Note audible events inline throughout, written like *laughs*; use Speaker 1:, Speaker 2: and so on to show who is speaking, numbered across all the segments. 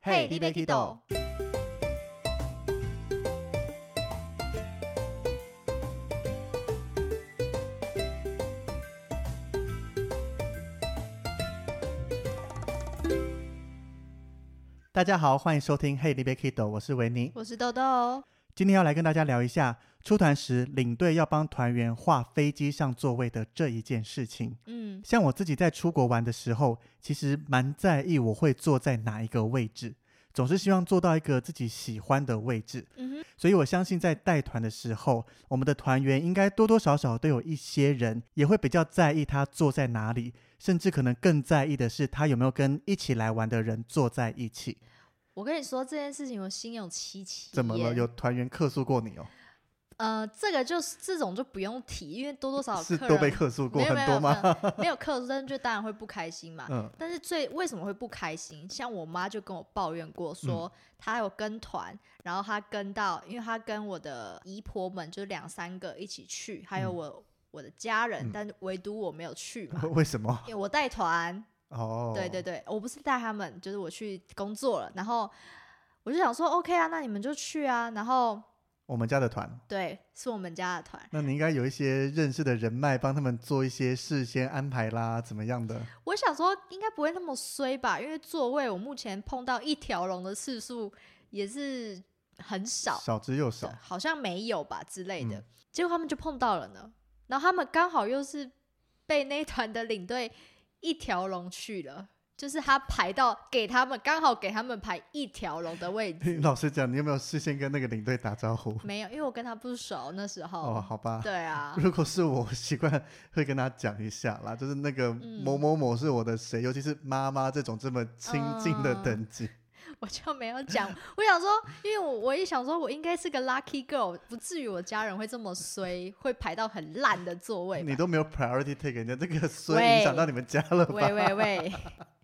Speaker 1: 嘿你要去倒
Speaker 2: 大家好，欢迎收听 Hey, l i b e Kiddo，我是维尼。
Speaker 1: 我是豆豆。
Speaker 2: 今天要来跟大家聊一下出团时领队要帮团员画飞机上座位的这一件事情。
Speaker 1: 嗯，
Speaker 2: 像我自己在出国玩的时候，其实蛮在意我会坐在哪一个位置，总是希望坐到一个自己喜欢的位置。
Speaker 1: 嗯哼，
Speaker 2: 所以我相信在带团的时候，我们的团员应该多多少少都有一些人也会比较在意他坐在哪里，甚至可能更在意的是他有没有跟一起来玩的人坐在一起。
Speaker 1: 我跟你说这件事情，我心有戚戚。
Speaker 2: 怎么了？？有团员客诉过你哦？
Speaker 1: 呃，这个就是这种就不用提，因为多多少少
Speaker 2: 是
Speaker 1: 哦客
Speaker 2: 都
Speaker 1: 人
Speaker 2: 被客诉过
Speaker 1: 没
Speaker 2: 很
Speaker 1: 有没有
Speaker 2: 多吗？ *laughs*
Speaker 1: 没有没有客诉，但是就当然会不开心嘛。
Speaker 2: 嗯，
Speaker 1: 但是最为什么会不开心？像我妈就跟我抱怨
Speaker 2: 嗯
Speaker 1: 过说，她有跟团，然后她跟到，因为她跟我的姨婆们就是两三个一起去，还有
Speaker 2: 嗯
Speaker 1: 我、我的家人，
Speaker 2: 嗯，
Speaker 1: 但唯独我没有去嘛
Speaker 2: 嗯 *laughs* 为什么？
Speaker 1: 因为我带团，
Speaker 2: 哦，
Speaker 1: 对对，对，我不是带他们，就是我去工作了，然后我就想说 OK 啊，那你们就去啊，然后
Speaker 2: 我们家的团，
Speaker 1: 对，是我们家的团，
Speaker 2: 那你应该有一些认识的人脉，帮他们做一些事先安排啦，怎么样的？
Speaker 1: 我想说应该不会那么衰吧，因为座位我目前碰到一条龙的次数也是很少，
Speaker 2: 少之又少，
Speaker 1: 好像没有吧之类的，
Speaker 2: 嗯
Speaker 1: 结果他们就碰到了呢，然后他们刚好又是被那一团的领队一条龙去了。就是他排到给他们，刚好给他们排一条龙的位置，
Speaker 2: *laughs* 老实讲，你有没有事先跟那个领队打招呼？
Speaker 1: 没有，因为我跟他不熟那时候。
Speaker 2: 哦，好吧。
Speaker 1: 对
Speaker 2: *laughs*
Speaker 1: 啊，
Speaker 2: 如果是我，我习惯会跟他讲一下啦，就是那个
Speaker 1: 嗯
Speaker 2: 某某某是我的谁，尤其是妈妈这种这么亲近的
Speaker 1: 嗯
Speaker 2: 等级，
Speaker 1: 我就没有讲。我想说，因为我我也想说，我应该是个 lucky girl，不至于我家人会这么衰，会排到很烂的座位吧。
Speaker 2: 你都没有 priority take 人家这个，所以影响
Speaker 1: 喂
Speaker 2: 到你们家了 *laughs* 吧？
Speaker 1: 喂喂喂， *laughs*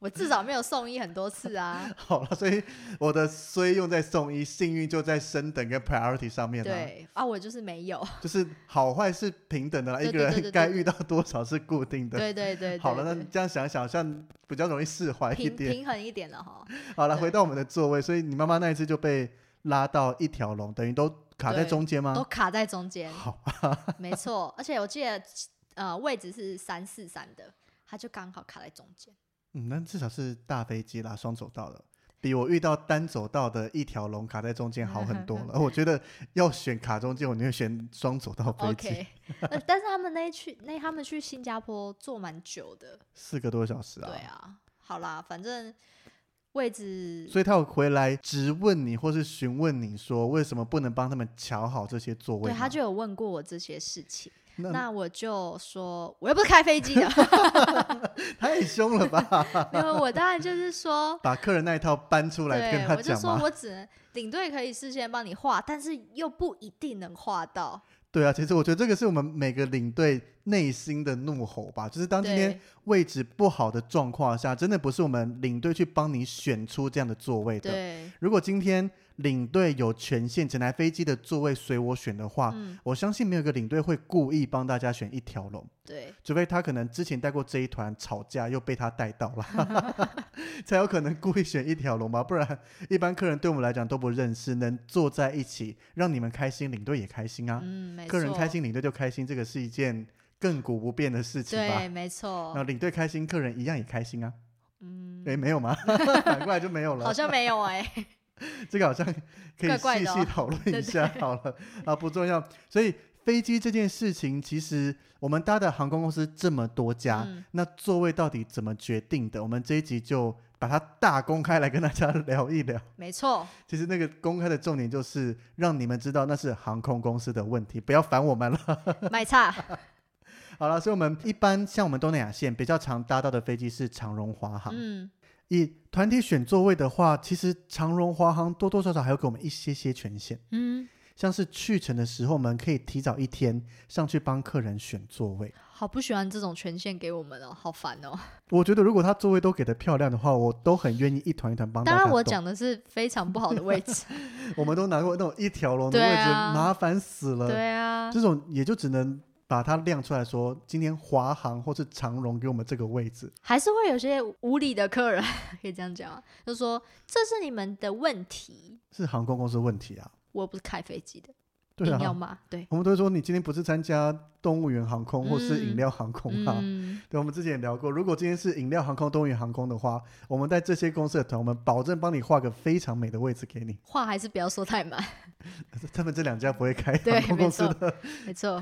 Speaker 1: 我至少没有送医很多
Speaker 2: *laughs*
Speaker 1: 次啊。
Speaker 2: 好了，所以我的虽用在送医，幸运就在升等跟 priority 上面了、
Speaker 1: 对啊，我就是没
Speaker 2: *laughs*
Speaker 1: 有。
Speaker 2: 就是好坏是平等的啦，
Speaker 1: 对
Speaker 2: 一个
Speaker 1: 对对对
Speaker 2: 人该遇到多少是固定的。
Speaker 1: 对对对对，
Speaker 2: 好了，那
Speaker 1: 对
Speaker 2: 这样想一想，好像比较容易释怀一
Speaker 1: 平
Speaker 2: 点。
Speaker 1: 平衡一点了哈。
Speaker 2: 好了，
Speaker 1: 对
Speaker 2: 回到我们的座位，所以你妈妈那一次就被拉到一条龙，等于都卡在
Speaker 1: 对
Speaker 2: 中间
Speaker 1: 都
Speaker 2: 吗？
Speaker 1: 卡在中间，
Speaker 2: 啊好
Speaker 1: 没错。而且我记得，呃，位置是三四三的，他就刚好卡在中间。
Speaker 2: 嗯，那至少是大飞机啦，双走道的，比我遇到单走道的一条龙卡在中间好很多
Speaker 1: *laughs*
Speaker 2: 了。我觉得要选卡中间，我宁愿选双走道飞机，
Speaker 1: OK，呃但是他们那一去那他们去新加坡坐蛮久的，
Speaker 2: 四个多小时啊。
Speaker 1: 对啊，好啦，反正位置
Speaker 2: 所以他有回来质问你，或是询问你说为什么不能帮他们瞧好这些座位
Speaker 1: 对
Speaker 2: 吗？
Speaker 1: 他就有问过我这些事情，
Speaker 2: 那
Speaker 1: 那我就说我又不是开飞机
Speaker 2: *laughs*
Speaker 1: 的，
Speaker 2: 太凶了
Speaker 1: *laughs*
Speaker 2: 吧，
Speaker 1: 因为我当然就是说，
Speaker 2: 把客人那一套搬出来跟
Speaker 1: 对
Speaker 2: 他
Speaker 1: 我就
Speaker 2: 讲
Speaker 1: 说
Speaker 2: 嘛。
Speaker 1: 我只能领队可以事先帮你画，但是又不一定能画到。
Speaker 2: 对啊，其实我觉得这个是我们每个领队内心的怒吼吧，就是当今天
Speaker 1: 对
Speaker 2: 位置不好的状况下，真的不是我们领队去帮你选出这样的座位的。
Speaker 1: 对，
Speaker 2: 如果今天领队有权限，整台飞机的座位随我选的话，
Speaker 1: 嗯，
Speaker 2: 我相信没有一个领队会故意帮大家选一条龙。
Speaker 1: 对，
Speaker 2: 除非他可能之前带过这一团吵架，又被他带到了， *laughs* 才有可能故意选一条龙吧。不然，一般客人对我们来讲都不认识，能坐在一起让你们开心，领队也开心啊。
Speaker 1: 嗯，没错，
Speaker 2: 客人开，心，领队就开心，这个是一件亘古不变的事情吧
Speaker 1: 对，。没错
Speaker 2: 那，领队开心，客人一样也开心啊。
Speaker 1: 嗯，
Speaker 2: 诶，没有
Speaker 1: *laughs*
Speaker 2: 吗？反过来就没有
Speaker 1: 好
Speaker 2: 了。
Speaker 1: 像没有哎、
Speaker 2: *laughs* 这个好像可以
Speaker 1: 怪怪
Speaker 2: 细
Speaker 1: 的
Speaker 2: 细
Speaker 1: 哦
Speaker 2: 讨论一
Speaker 1: *laughs*
Speaker 2: 下好了啊，不重要。所以飞机这件事情，其实我们搭的航空公司这么多家，
Speaker 1: 嗯
Speaker 2: 那座位到底怎么决定的？我们这一集就把它大公开来跟大家 *laughs* 聊一聊。
Speaker 1: 没错，
Speaker 2: 其实那个公开的重点就是让你们知道那是航空公司的问题，不要烦我们了。 *laughs*
Speaker 1: 买差，
Speaker 2: 好了，所以我们一般像我们东南亚线比较常搭到的飞机是长荣、华航。
Speaker 1: 嗯，
Speaker 2: 以团体选座位的话，其实长荣、华航多多少少还有给我们一些些权限。
Speaker 1: 嗯，
Speaker 2: 像是去程的时候，我们可以提早一天上去帮客人选座位。
Speaker 1: 好不喜欢这种权限给我们哦，好烦哦。
Speaker 2: 我觉得如果他座位都给的漂亮的话，我都很愿意一团一团帮大
Speaker 1: 当
Speaker 2: 家
Speaker 1: 然，
Speaker 2: 动。
Speaker 1: 我讲的是非常不好的
Speaker 2: *laughs*
Speaker 1: 位置。
Speaker 2: 我们都拿过那种一条龙的位
Speaker 1: 对
Speaker 2: 置，
Speaker 1: 啊
Speaker 2: 麻烦死了。
Speaker 1: 对啊，
Speaker 2: 这种也就只能把它亮出来说，今天华航或是长荣给我们这个位置，
Speaker 1: 还是会有些无理的客人，可以这样讲啊，就说这是你们的问题，
Speaker 2: 是航空公司的问题啊。
Speaker 1: 我又不是开飞机的，
Speaker 2: 对
Speaker 1: 硬要
Speaker 2: 啊，
Speaker 1: 骂，对，
Speaker 2: *laughs* 我们都会说你今天不是参加动物园航空或是饮料航空啊。
Speaker 1: 嗯，
Speaker 2: 对，我们之前也聊过，如果今天是饮料航空、动物园航空的话，我们在这些公司的团，我们保证帮你画个非常美的位置给你。 *laughs*
Speaker 1: 话还是不要说太满，
Speaker 2: 他们这两家不会开
Speaker 1: 对
Speaker 2: 航空公司的，
Speaker 1: 没错，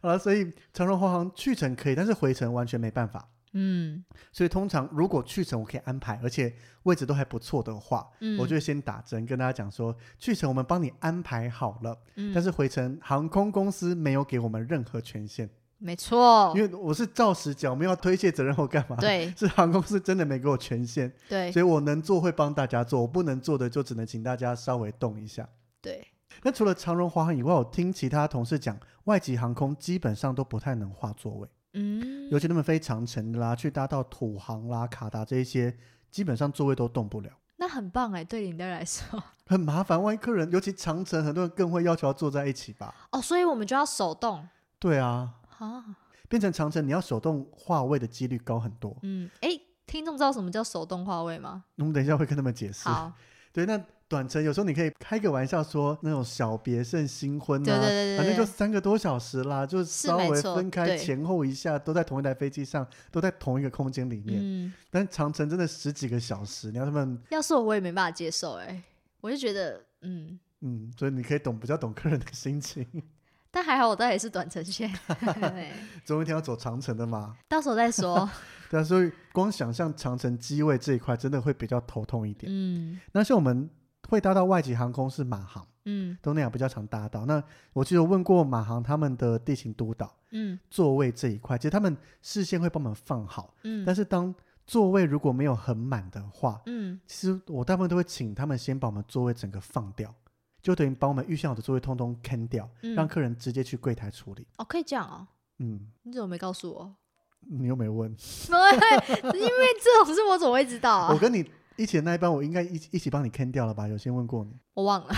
Speaker 2: 好了，所以长荣、华航去程可以，但是回程完全没办法。
Speaker 1: 嗯
Speaker 2: 所以通常如果去程我可以安排，而且位置都还不错的话，
Speaker 1: 嗯，
Speaker 2: 我就会先打针跟大家讲说，去程我们帮你安排好了，但
Speaker 1: 嗯，
Speaker 2: 是回程航空公司没有给我们任何权限，
Speaker 1: 没错，
Speaker 2: 因为我是照实讲，我没有要推卸责任或干嘛。。
Speaker 1: 哦
Speaker 2: *laughs*
Speaker 1: 对
Speaker 2: 是航空公司真的没给我权限，
Speaker 1: 对
Speaker 2: 所以我能做会帮大家做，我不能做的就只能请大家稍微动一下。
Speaker 1: 对，
Speaker 2: 那除了长荣、华航以外，我听其他同事讲，外籍航空基本上都不太能划座位，
Speaker 1: 嗯
Speaker 2: 尤其他们飞长城啦，去搭到土航啦、卡达这一些，基本上座位都动不了，
Speaker 1: 那很棒哎，对领队来说， *laughs*
Speaker 2: 很麻烦。万一客人，尤其长城，很多人更会要求要坐在一起吧？
Speaker 1: 哦，所以我们就要手动
Speaker 2: 对啊，
Speaker 1: 啊，
Speaker 2: 变成长城你要手动划位的几率高很多。
Speaker 1: 嗯，哎，听众知道什么叫手动话位吗？
Speaker 2: 我们等一下会跟他们解释。
Speaker 1: 好，
Speaker 2: 对，那短程有时候你可以开个玩笑说，那种小别胜新婚啊，
Speaker 1: 对对对对
Speaker 2: 反正就
Speaker 1: 对
Speaker 2: 三个多小时啦，就是稍
Speaker 1: 没
Speaker 2: 微
Speaker 1: 错
Speaker 2: 分开
Speaker 1: 对
Speaker 2: 前后一下，都在同一台飞机上，都在同一个空间里面。
Speaker 1: 嗯，
Speaker 2: 但长城真的十几个小时，你要他们，
Speaker 1: 要是我我也没办法接受哎，我就觉得嗯。
Speaker 2: 嗯，所以你可以懂比较懂客人的心情。
Speaker 1: 但还好我当也是短程线，对
Speaker 2: 总有一天要走长城的嘛，
Speaker 1: 到时候再说。
Speaker 2: *laughs* 对啊，所以光想象长城机位这一块，真的会比较头痛一点。
Speaker 1: 嗯
Speaker 2: 那像我们会搭到外籍航空是马航，
Speaker 1: 嗯
Speaker 2: 东南亚比较常搭到。那我记得问过马航他们的地形督导。
Speaker 1: 嗯
Speaker 2: 座位这一块，其实他们事先会帮我们放好，但
Speaker 1: 嗯
Speaker 2: 是当座位如果没有很满的话，
Speaker 1: 嗯，
Speaker 2: 其实我大部分都会请他们先把我们座位整个放掉，就等于把我们预想好的座位通通坑掉，
Speaker 1: 嗯
Speaker 2: 让客人直接去柜台处理。
Speaker 1: 哦，可以这样哦。
Speaker 2: 嗯，
Speaker 1: 你怎么没告诉我？ *laughs*
Speaker 2: 你又没问，
Speaker 1: 对，因为这种事我怎么会知道啊
Speaker 2: 我？跟你一起的那一班，我应该一一起帮你坑掉了吧？有先问过你，
Speaker 1: 我忘了。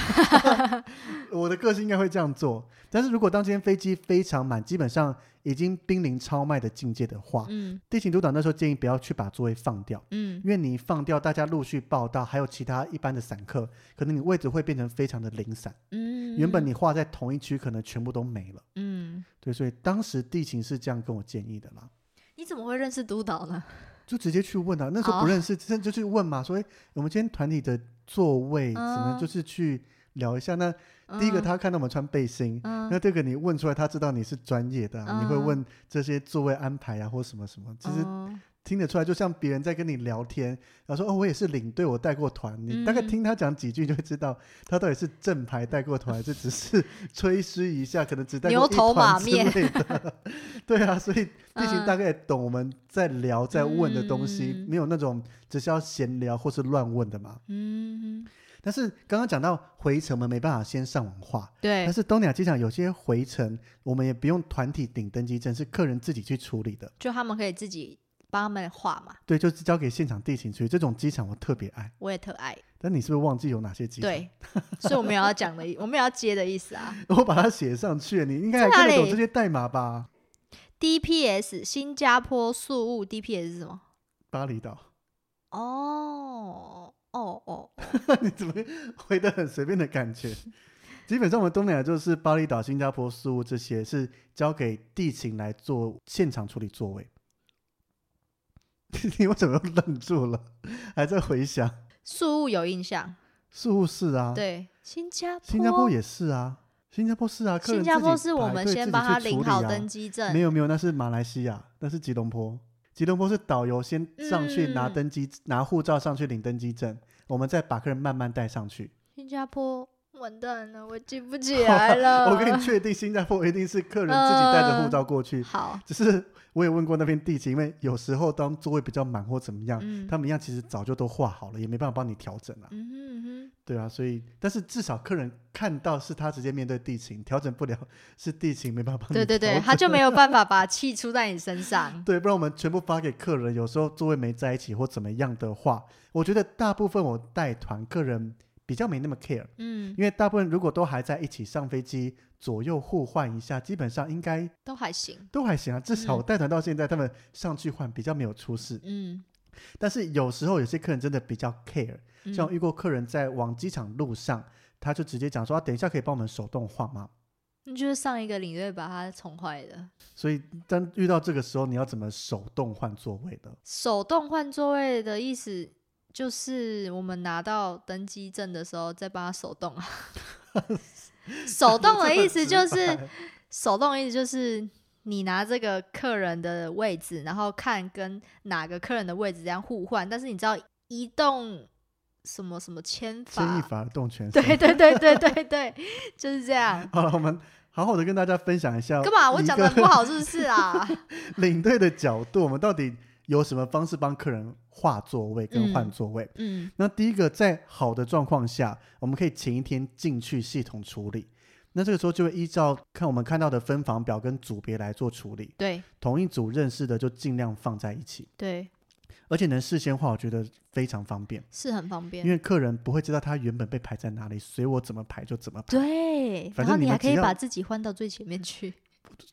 Speaker 2: 我的个性应该会这样做。但是如果当今天飞机非常满，基本上已经濒临超卖的境界的话，
Speaker 1: 嗯
Speaker 2: 地勤督导那时候建议不要去把座位放掉。
Speaker 1: 嗯
Speaker 2: 因为你放掉，大家陆续报到，还有其他一般的散客，可能你位置会变成非常的零散。
Speaker 1: 嗯，
Speaker 2: 原本你画在同一区，可能全部都没了。
Speaker 1: 嗯，
Speaker 2: 对，所以当时地勤是这样跟我建议的啦，
Speaker 1: 你怎么会认识督导呢？
Speaker 2: 就直接去问啊。那时候
Speaker 1: 哦
Speaker 2: 不认识，真、就去问嘛，说哎，我们今天团体的座位，只能
Speaker 1: 嗯
Speaker 2: 就是去聊一下。那第一个他看到我们穿背心，
Speaker 1: 嗯，
Speaker 2: 那第二个你问出来，他知道你是专业的、啊，你会
Speaker 1: 嗯
Speaker 2: 问这些座位安排啊，或什么什么，其实
Speaker 1: 嗯
Speaker 2: 听得出来，就像别人在跟你聊天，然后说哦，我也是领队，我带过团，你大概
Speaker 1: 嗯
Speaker 2: 听他讲几句就会知道他到底是正牌带过团，还是只是吹嘘一下，可能只带过
Speaker 1: 牛
Speaker 2: 一
Speaker 1: 头马
Speaker 2: 团之
Speaker 1: 面
Speaker 2: 类的。 *laughs* 对啊，所以地形大概懂我们在聊、在问的东西，
Speaker 1: 嗯
Speaker 2: 没有那种只是要闲聊或是乱问的嘛。
Speaker 1: 嗯，
Speaker 2: 但是刚刚讲到回程，我们没办法先上网画，
Speaker 1: 对
Speaker 2: 但，是东南亚机场有些回程，我们也不用团体领登机证，是客人自己去处理的。
Speaker 1: 就他们可以自己帮他们画嘛，
Speaker 2: 对，就是交给现场地勤处理。这种机场我特别爱，
Speaker 1: 我也特爱。
Speaker 2: 但你是不是忘记有哪些机场？，
Speaker 1: 对，所以我没有要讲的意，我没有要接的意思啊。
Speaker 2: *laughs* 我把它写上去，你应该还
Speaker 1: 在哪
Speaker 2: 看得懂
Speaker 1: 里
Speaker 2: 这些代码吧？
Speaker 1: DPS 新加坡宿务 DPS 是什么？
Speaker 2: 巴厘岛， *laughs*
Speaker 1: 哦哦哦，
Speaker 2: 你怎么回的很随便的感觉？基本上我们东南亚就是巴厘岛、新加坡、苏务这些是交给地勤来做现场处理座位。 *laughs* 你为什么又愣住了？还在回想？
Speaker 1: 宿务有印象，
Speaker 2: 苏务是啊，
Speaker 1: 对，新加坡，
Speaker 2: 新加坡也是啊，新加坡是啊，客人
Speaker 1: 新加坡
Speaker 2: 自己
Speaker 1: 是我
Speaker 2: 排
Speaker 1: 们
Speaker 2: 队
Speaker 1: 先
Speaker 2: 自己
Speaker 1: 帮
Speaker 2: 去
Speaker 1: 他
Speaker 2: 处
Speaker 1: 领
Speaker 2: 理
Speaker 1: 好
Speaker 2: 啊
Speaker 1: 登机
Speaker 2: 没
Speaker 1: 证，
Speaker 2: 有没有，那是马来西亚，那是吉隆坡。吉隆坡是导游先上去拿
Speaker 1: 嗯
Speaker 2: 登机、拿护照上去领登机证，我们再把客人慢慢带上去。
Speaker 1: 新加坡完蛋
Speaker 2: *laughs*
Speaker 1: 了，我记不起来了。
Speaker 2: 我跟你确定，新加坡一定是客人自己带着护照过去。
Speaker 1: 好，
Speaker 2: 只是我也问过那边地勤，因为有时候当座位比较满或怎么样，
Speaker 1: 嗯
Speaker 2: 他们一样其实早就都画好了，也没办法帮你调整啊，
Speaker 1: 嗯哼嗯
Speaker 2: 对啊，所以但是至少客人看到是他直接面对地勤，调整不了是地勤没办法帮
Speaker 1: 哼，
Speaker 2: 你
Speaker 1: 对对
Speaker 2: 调
Speaker 1: 对，
Speaker 2: 整
Speaker 1: 他就没有办法把气出在你身上。
Speaker 2: 对，不然我们全部发给客人，有时候座位没在一起或怎么样的话，我觉得大部分我带团客人比较没那么 care，
Speaker 1: 嗯，
Speaker 2: 因为大部分如果都还在一起上飞机，左右互换一下，基本上应该
Speaker 1: 都还行，
Speaker 2: 都还行啊。至少
Speaker 1: 嗯
Speaker 2: 我带团到现在，他们上去换比较没有出事。
Speaker 1: 嗯，
Speaker 2: 但是有时候有些客人真的比较 care，
Speaker 1: 嗯
Speaker 2: 像我遇过客人在往机场路上，他就直接讲说：“啊，等一下可以帮我们手动换吗
Speaker 1: 那就是上一个领队把它宠坏了。？”
Speaker 2: 所以当遇到这个时候，你要怎么手动换座位呢？
Speaker 1: 手动换座位的意思就是我们拿到登机证的时候再帮他手
Speaker 2: *laughs*
Speaker 1: 动啊。手动的意思就
Speaker 2: 这么
Speaker 1: 是
Speaker 2: 直白
Speaker 1: 手动的意思就是你拿这个客人的位置，然后看跟哪个客人的位置这样互换，但是你知道移动什么什么签
Speaker 2: 牵一
Speaker 1: 法。
Speaker 2: 发而动全身。
Speaker 1: 对对对对对对，就是这样。
Speaker 2: *laughs* 好了，我们好好的跟大家分享一下，
Speaker 1: 干嘛？我讲的不好是不是啊？
Speaker 2: *laughs*
Speaker 1: *laughs*
Speaker 2: 领队的角度，我们到底有什么方式帮客人划座位跟换座位？
Speaker 1: 嗯
Speaker 2: 那第一个，在好的状况下，我们可以前一天进去系统处理。那这个时候就会依照看我们看到的分房表跟组别来做处理，
Speaker 1: 对
Speaker 2: 同一组认识的就尽量放在一起，
Speaker 1: 对，
Speaker 2: 而且能事先化，我觉得非常方便，
Speaker 1: 是很方便
Speaker 2: 因。为客人不会知道他原本被排在哪里，所以我怎么排就怎么排。
Speaker 1: 对，
Speaker 2: 反正
Speaker 1: 然后
Speaker 2: 你
Speaker 1: 你
Speaker 2: 们
Speaker 1: 还可
Speaker 2: 只
Speaker 1: 以
Speaker 2: 要
Speaker 1: 把自己换到最前面去，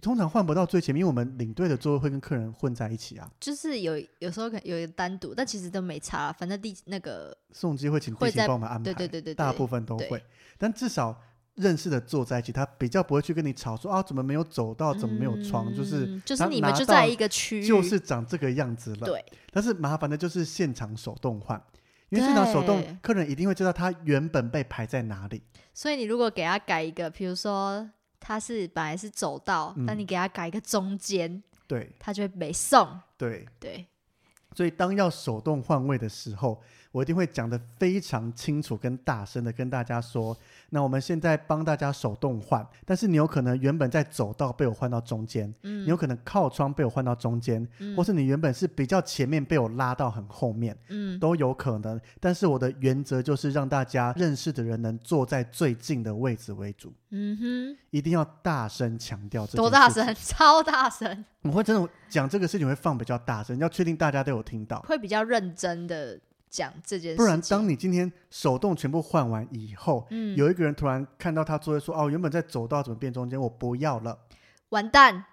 Speaker 2: 通常换不到最前面，因为我们领队的座位会跟客人混在一起啊。
Speaker 1: 就是有有时候可能有一个单独，但其实都没差啦，啊反正第那个
Speaker 2: 送机会请地
Speaker 1: 会
Speaker 2: 勤
Speaker 1: 在
Speaker 2: 帮我们安排，
Speaker 1: 对对对对对
Speaker 2: 大部分都会，但至少认识的坐在一起，他比较不会去跟你吵说啊，怎么没有走到，怎么没有床，就是
Speaker 1: 嗯就
Speaker 2: 他
Speaker 1: 是你们
Speaker 2: 拿
Speaker 1: 就
Speaker 2: 到
Speaker 1: 在一个区域，
Speaker 2: 就是长这个样子了。
Speaker 1: 对，
Speaker 2: 但是麻烦的就是现场手动换，因为现场手动
Speaker 1: 对，
Speaker 2: 客人一定会知道他原本被排在哪里，
Speaker 1: 所以你如果给他改一个，比如说他是本来是走道，但
Speaker 2: 嗯
Speaker 1: 你给他改一个中间，
Speaker 2: 对
Speaker 1: 他就会没送，
Speaker 2: 对。
Speaker 1: 对，
Speaker 2: 所以当要手动换位的时候，我一定会讲得非常清楚跟大声的跟大家说，那我们现在帮大家手动换，但是你有可能原本在走道被我换到中间，
Speaker 1: 嗯，
Speaker 2: 你有可能靠窗被我换到中间，
Speaker 1: 嗯
Speaker 2: 或是你原本是比较前面被我拉到很后面，
Speaker 1: 嗯
Speaker 2: 都有可能。但是我的原则就是让大家认识的人能坐在最近的位置为主，
Speaker 1: 嗯
Speaker 2: 一定要大声强调这件
Speaker 1: 哼，多大
Speaker 2: 事情？
Speaker 1: 声，超大声，
Speaker 2: 我会真的讲这个事情会放比较大声，要确定大家都有听到，
Speaker 1: 会比较认真的讲这件事情，
Speaker 2: 不然当你今天手动全部换完以后。
Speaker 1: 嗯
Speaker 2: 有一个人突然看到他座位说：“哦，原本在走道怎么变中间？我不要了。”
Speaker 1: 完蛋，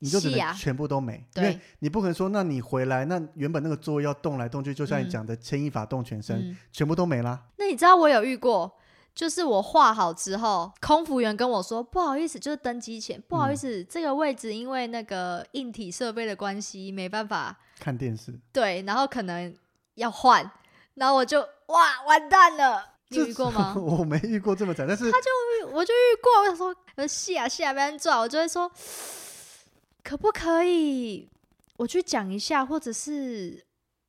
Speaker 2: 你就只
Speaker 1: 是
Speaker 2: 能
Speaker 1: 呀
Speaker 2: 全部都没，因
Speaker 1: 对
Speaker 2: 为你不可能说，那你回来，那原本那个座位要动来动去，就像你
Speaker 1: 嗯
Speaker 2: 讲的牵一发动全身，
Speaker 1: 嗯。
Speaker 2: 全部都没啦。
Speaker 1: 那你知道我有遇过，就是我画好之后，空服员跟我说不好意思，就是登机前不好意思，这个位置因为那个硬体设备的关系没办法
Speaker 2: 看电视，
Speaker 1: 对，然后可能要换，然后我就哇完蛋了，你
Speaker 2: 这 *laughs*
Speaker 1: 遇过吗？
Speaker 2: 我没遇过这么惨，但是
Speaker 1: 我 *laughs* 我就遇过，我想说呃是啊是啊，被人抓，我就会说可不可以我去讲一下，或者是。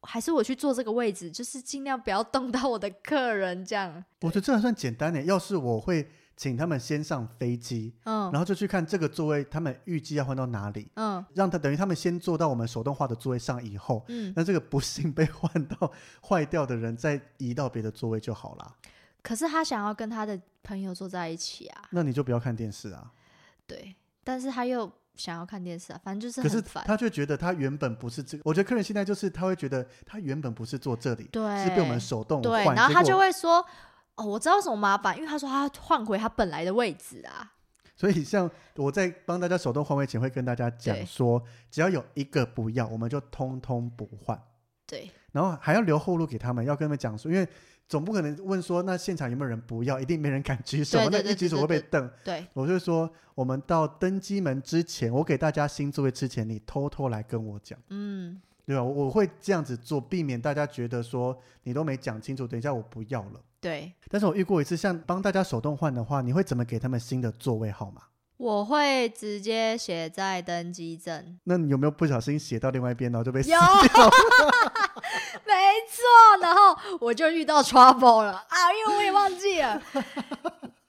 Speaker 1: 还是我去坐这个位置，就是尽量不要动到我的客人，这样。
Speaker 2: 我觉得这还算简单的。要是我会请他们先上飞机，
Speaker 1: 嗯
Speaker 2: 然后就去看这个座位，他们预计要换到哪里，
Speaker 1: 嗯
Speaker 2: 让他等于他们先坐到我们手动化的座位上以后，
Speaker 1: 嗯， *laughs*
Speaker 2: 那这个不幸被换到坏掉的人再移到别的座位就好
Speaker 1: *laughs*
Speaker 2: 啦。
Speaker 1: 可是他想要跟他的朋友坐在一起啊，
Speaker 2: 那你就不要看电视啊。
Speaker 1: 对，但是他又想要看电视啊，反正就是
Speaker 2: 可是
Speaker 1: 很烦。
Speaker 2: 他却觉得他原本不是这个，我觉得客人现在就是他会觉得他原本不是坐这里，
Speaker 1: 对，
Speaker 2: 是被我们手动
Speaker 1: 对，
Speaker 2: 换，
Speaker 1: 然后他
Speaker 2: 结
Speaker 1: 就
Speaker 2: 果
Speaker 1: 会说：“哦，我知道什么麻烦，因为他说他换回他本来的位置啊。
Speaker 2: 所以像我在帮大家手动换位前会跟大家讲
Speaker 1: 对
Speaker 2: 说，只要有一个不要，我们就通通不换，”
Speaker 1: 对，
Speaker 2: 然后还要留后路给他们，要跟他们讲说，因为总不可能问说那现场有没有人不要，一定没人敢举手，
Speaker 1: 对对
Speaker 2: 那
Speaker 1: 对
Speaker 2: 一举手
Speaker 1: 对
Speaker 2: 会被
Speaker 1: 对
Speaker 2: 瞪。
Speaker 1: 对，
Speaker 2: 我就说，我们到登机门之前，我给大家新座位之前，你偷偷来跟我讲。
Speaker 1: 嗯，
Speaker 2: 对吧？我我会这样子做，避免大家觉得说你都没讲清楚，等一下我不要了。
Speaker 1: 对，
Speaker 2: 但是我遇过一次，像帮大家手动换的话，你会怎么给他们新的座位号码？。
Speaker 1: 我会直接写在登机证
Speaker 2: 那你有没有不小心写到另外一边，然后就被撕
Speaker 1: 有， *laughs*
Speaker 2: *laughs*
Speaker 1: 没错，然后我就遇到 trouble 了啊，因为我也忘
Speaker 2: *laughs*
Speaker 1: 记了。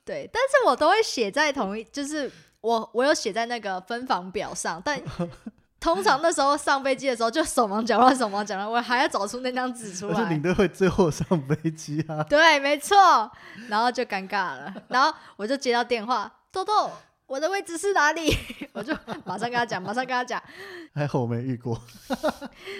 Speaker 1: 对，但是我都会写在同一，就是我我有写在那个分房表上，但通常那时候上飞机的时候就手忙脚乱，手忙脚乱，我还要找出那张纸出
Speaker 2: 而且领
Speaker 1: 来。
Speaker 2: 队会最后上飞机啊！
Speaker 1: 对，没错，然后就尴尬了，然后我就接到电话，豆豆。我的位置是哪里？ *laughs* 我就马上跟他讲，马上跟他讲。
Speaker 2: 还好我没遇过，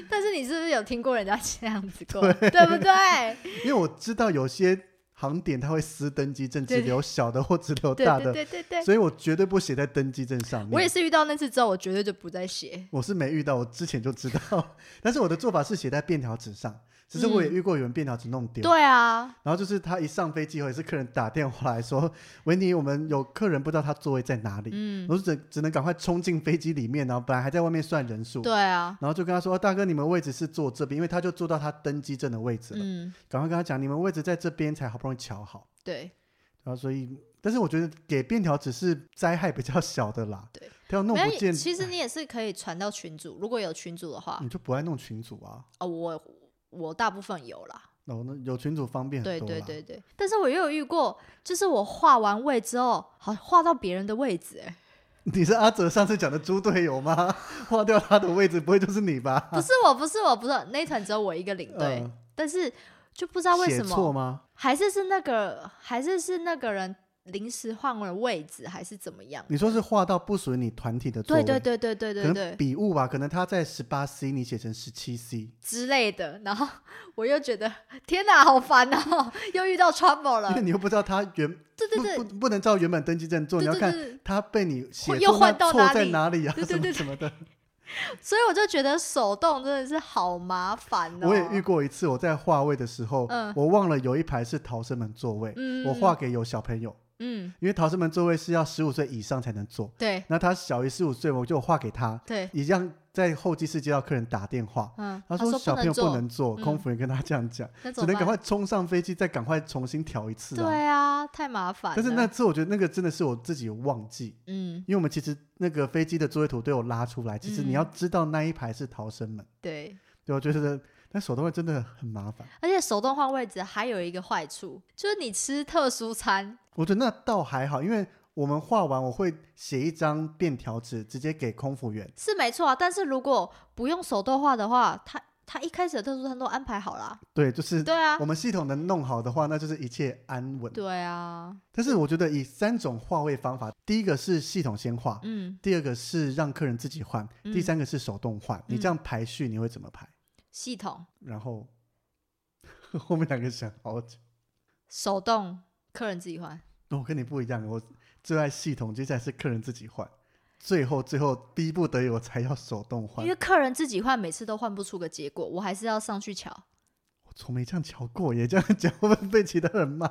Speaker 1: 但是你是不是有听过人家这样子过，对不对？
Speaker 2: 因为我知道有些航点它会撕登机证，只
Speaker 1: 对对
Speaker 2: 留小的或只留
Speaker 1: 对
Speaker 2: 大
Speaker 1: 对
Speaker 2: 的，
Speaker 1: 对对对，
Speaker 2: 所以我绝对不写在登机证上面。
Speaker 1: 我也是遇到那次之后，我绝对就不再写。
Speaker 2: 我是没遇到，我之前就知道， *laughs* 但是我的做法是写在便条纸上，只是我也遇过有人便条纸弄丢。
Speaker 1: 对啊，
Speaker 2: 然后就是他一上飞机后，也是客人打电话来说：“维尼，我们有客人不知道他座位在哪里。
Speaker 1: 嗯，
Speaker 2: 我就只只能赶快冲进飞机里面，然后本来还在外面算人数，
Speaker 1: 对啊，
Speaker 2: 然后就跟他说：“哦大哥，你们位置是坐这边，因为他就坐到他登机证的位置了。
Speaker 1: 嗯，
Speaker 2: 赶快跟他讲，你们位置在这边才好不容易瞧好。
Speaker 1: 对，
Speaker 2: 然后所以，但是我觉得给便条只是灾害比较小的啦。
Speaker 1: 对，
Speaker 2: 他要弄
Speaker 1: 没
Speaker 2: 不
Speaker 1: 有，
Speaker 2: 见，哎嗯
Speaker 1: 其实你也是可以传到群组，如果有群组的话，
Speaker 2: 你就不爱弄群主啊。
Speaker 1: 哦，我我大部分有啦，
Speaker 2: 哦，那有群主方便很
Speaker 1: 对
Speaker 2: 多
Speaker 1: 对
Speaker 2: 啦
Speaker 1: 对对，但是我又有遇过，就是我画完位之后，好画到别人的位置、欸，
Speaker 2: *laughs* 你是阿哲上次讲的猪队友吗？ *laughs* 划掉他的位置，不会就是你吧？
Speaker 1: 不是我，不是我，不是我那一团只有我一个领队，
Speaker 2: 嗯
Speaker 1: 但是就不知道为
Speaker 2: 写
Speaker 1: 什
Speaker 2: 错
Speaker 1: 么，
Speaker 2: 吗？
Speaker 1: 还是是那个，还是是那个人临时换了位置，还是怎么样？
Speaker 2: 你说是划到不属于你团体的座
Speaker 1: 对
Speaker 2: 位，
Speaker 1: 对对对对对
Speaker 2: 嗯可能
Speaker 1: 对
Speaker 2: 笔误吧，可能他在十八 C，你写成十七 C，
Speaker 1: 之类的，然后 *laughs* 我又觉得天哪，好烦哦，又遇到 trouble 了
Speaker 2: 因为，你又不知道他原
Speaker 1: 对对对
Speaker 2: 不不不能照原本登记证做，
Speaker 1: 对
Speaker 2: 你要
Speaker 1: 对
Speaker 2: 看
Speaker 1: 对，
Speaker 2: 他被你写
Speaker 1: 会又
Speaker 2: 错那
Speaker 1: 换到
Speaker 2: 错
Speaker 1: 哪
Speaker 2: 在
Speaker 1: 里
Speaker 2: 哪里啊，
Speaker 1: 对对
Speaker 2: 什么
Speaker 1: 对
Speaker 2: 什么
Speaker 1: *laughs*
Speaker 2: 的。
Speaker 1: 所以我就觉得手动真的是好麻烦哦。
Speaker 2: 我也遇过一次，我在划位的时候，
Speaker 1: 嗯
Speaker 2: 我忘了有一排是逃生门座位，
Speaker 1: 嗯
Speaker 2: 我划给有小朋友，
Speaker 1: 嗯，
Speaker 2: 因为逃生门座位是要十五岁以上才能坐，
Speaker 1: 对
Speaker 2: 那他小于十五岁，我就划给他，
Speaker 1: 对，
Speaker 2: 一样在候机室接到客人打电话，
Speaker 1: 嗯，
Speaker 2: 他
Speaker 1: 说
Speaker 2: 说小朋友
Speaker 1: 做，
Speaker 2: 不能坐，
Speaker 1: 嗯
Speaker 2: 空服员跟他这样讲，
Speaker 1: 那
Speaker 2: 只
Speaker 1: 怎么
Speaker 2: 能赶
Speaker 1: 办
Speaker 2: 快冲上飞机，再赶快重新调一次啊。
Speaker 1: 对啊，太麻烦了。
Speaker 2: 但是那次我觉得那个真的是我自己忘记，
Speaker 1: 嗯，
Speaker 2: 因为我们其实那个飞机的座位图都有拉出来，其实你
Speaker 1: 嗯嗯
Speaker 2: 要知道那一排是逃生门，
Speaker 1: 对，
Speaker 2: 对我觉得那手动位真的很麻烦。
Speaker 1: 而且手动换位置还有一个坏处，就是你吃特殊餐，
Speaker 2: 我觉得那倒还好，因为我们画完我会写一张便条纸直接给空服员，
Speaker 1: 是没错啊，但是如果不用手动化的话，他他一开始的特殊餐都安排好啦。
Speaker 2: 对，就是
Speaker 1: 对啊
Speaker 2: 我，们系统能弄好的话，那就是一切安稳。
Speaker 1: 对啊，
Speaker 2: 但是我觉得以三种划位方法，第一个是系统先画，
Speaker 1: 嗯，
Speaker 2: 第二个是让客人自己换，
Speaker 1: 嗯
Speaker 2: 第三个是手动换。你这样排序你会怎么排？
Speaker 1: 系统
Speaker 2: 然后 *laughs* 我们两个想好久，
Speaker 1: 手动，客人自己换。
Speaker 2: 那我跟你不一样，我最爱系统，接下来是客人自己换，最后最后逼不得已我才要手动换
Speaker 1: 因。为客人自己换，每次都换不出个结果，我还是要上去瞧。
Speaker 2: 我从没这样瞧过耶，这样讲会不会被其他人骂？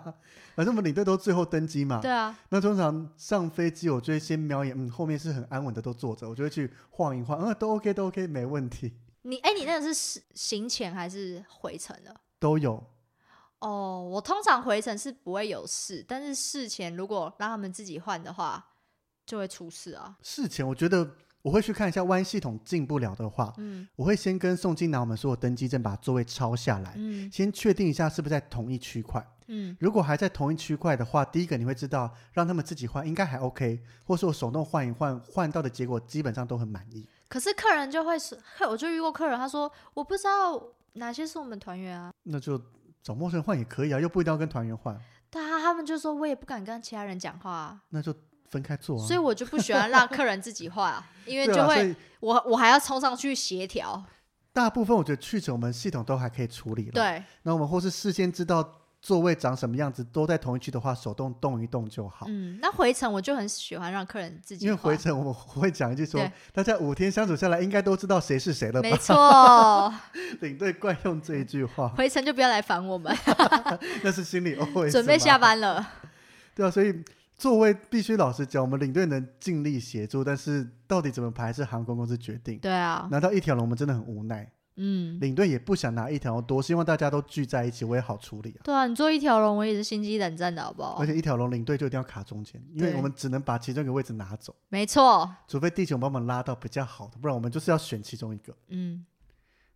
Speaker 2: 反正我们领队都最后登机嘛
Speaker 1: 对，啊，
Speaker 2: 那通常上飞机我就会先瞄一眼，嗯，后面是很安稳的都坐着，我就会去晃一晃，嗯，都 OK 都 OK，没问题，
Speaker 1: 你哎、你那个是行行前还是回程的？
Speaker 2: 都有。
Speaker 1: 哦，我通常回程是不会有事，但是事前如果让他们自己换的话，就会出事啊。
Speaker 2: 事前我觉得我会去看一下，万一系统进不了的话，
Speaker 1: 嗯
Speaker 2: 我会先跟宋金拿我们所有登机证把座位抄下来，
Speaker 1: 嗯
Speaker 2: 先确定一下是不是在同一区块。
Speaker 1: 嗯，
Speaker 2: 如果还在同一区块的话，第一个你会知道让他们自己换应该还 OK，或是我手动换一换，换到的结果基本上都很满意。
Speaker 1: 可是客人就会是，客我就遇过客人，他说我不知道哪些是我们团员啊，
Speaker 2: 那就找陌生人换也可以啊，又不一定要跟团员换，
Speaker 1: 但他他们就说我也不敢跟其他人讲话、啊。
Speaker 2: 那就分开坐啊。
Speaker 1: 所以我就不喜欢让客人自己换、啊，因为
Speaker 2: 对
Speaker 1: 就
Speaker 2: 啊，所
Speaker 1: 会、
Speaker 2: 以
Speaker 1: 我我还要冲上去协调，
Speaker 2: 大部分我觉得去程我们系统都还可以处理了。，
Speaker 1: 对，
Speaker 2: 那我们或是事先知道座位长什么样子，都在同一区的话，手动动一动就好。
Speaker 1: 嗯，那回程我就很喜欢让客人自己
Speaker 2: 因为回
Speaker 1: 换，
Speaker 2: 程我们会讲一句说
Speaker 1: 对，
Speaker 2: 大家五天相处下来，应该都知道谁是谁了吧
Speaker 1: 没？错，
Speaker 2: *laughs* 领队惯用这一句
Speaker 1: *laughs*
Speaker 2: 话，
Speaker 1: 回程就不要来烦我们，
Speaker 2: 那是心里 always
Speaker 1: 准备下
Speaker 2: 吧。
Speaker 1: 班了。
Speaker 2: 对啊，所以座位必须老实讲，我们领队能尽力协助，但是到底怎么排是航空公司决定。
Speaker 1: 对啊，
Speaker 2: 拿到一条龙，我们真的很无奈。
Speaker 1: 嗯，
Speaker 2: 领队也不想拿一条龙多，希望大家都聚在一起，我也好处理啊。
Speaker 1: 对啊，你做一条龙，我也是心机冷战的好不好
Speaker 2: 而？且一条龙领队就一定要卡中间，因为
Speaker 1: 对
Speaker 2: 我们只能把其中一个位置拿走，
Speaker 1: 没错，
Speaker 2: 除非地球帮我们拉到比较好的，不然我们就是要选其中一个。
Speaker 1: 嗯，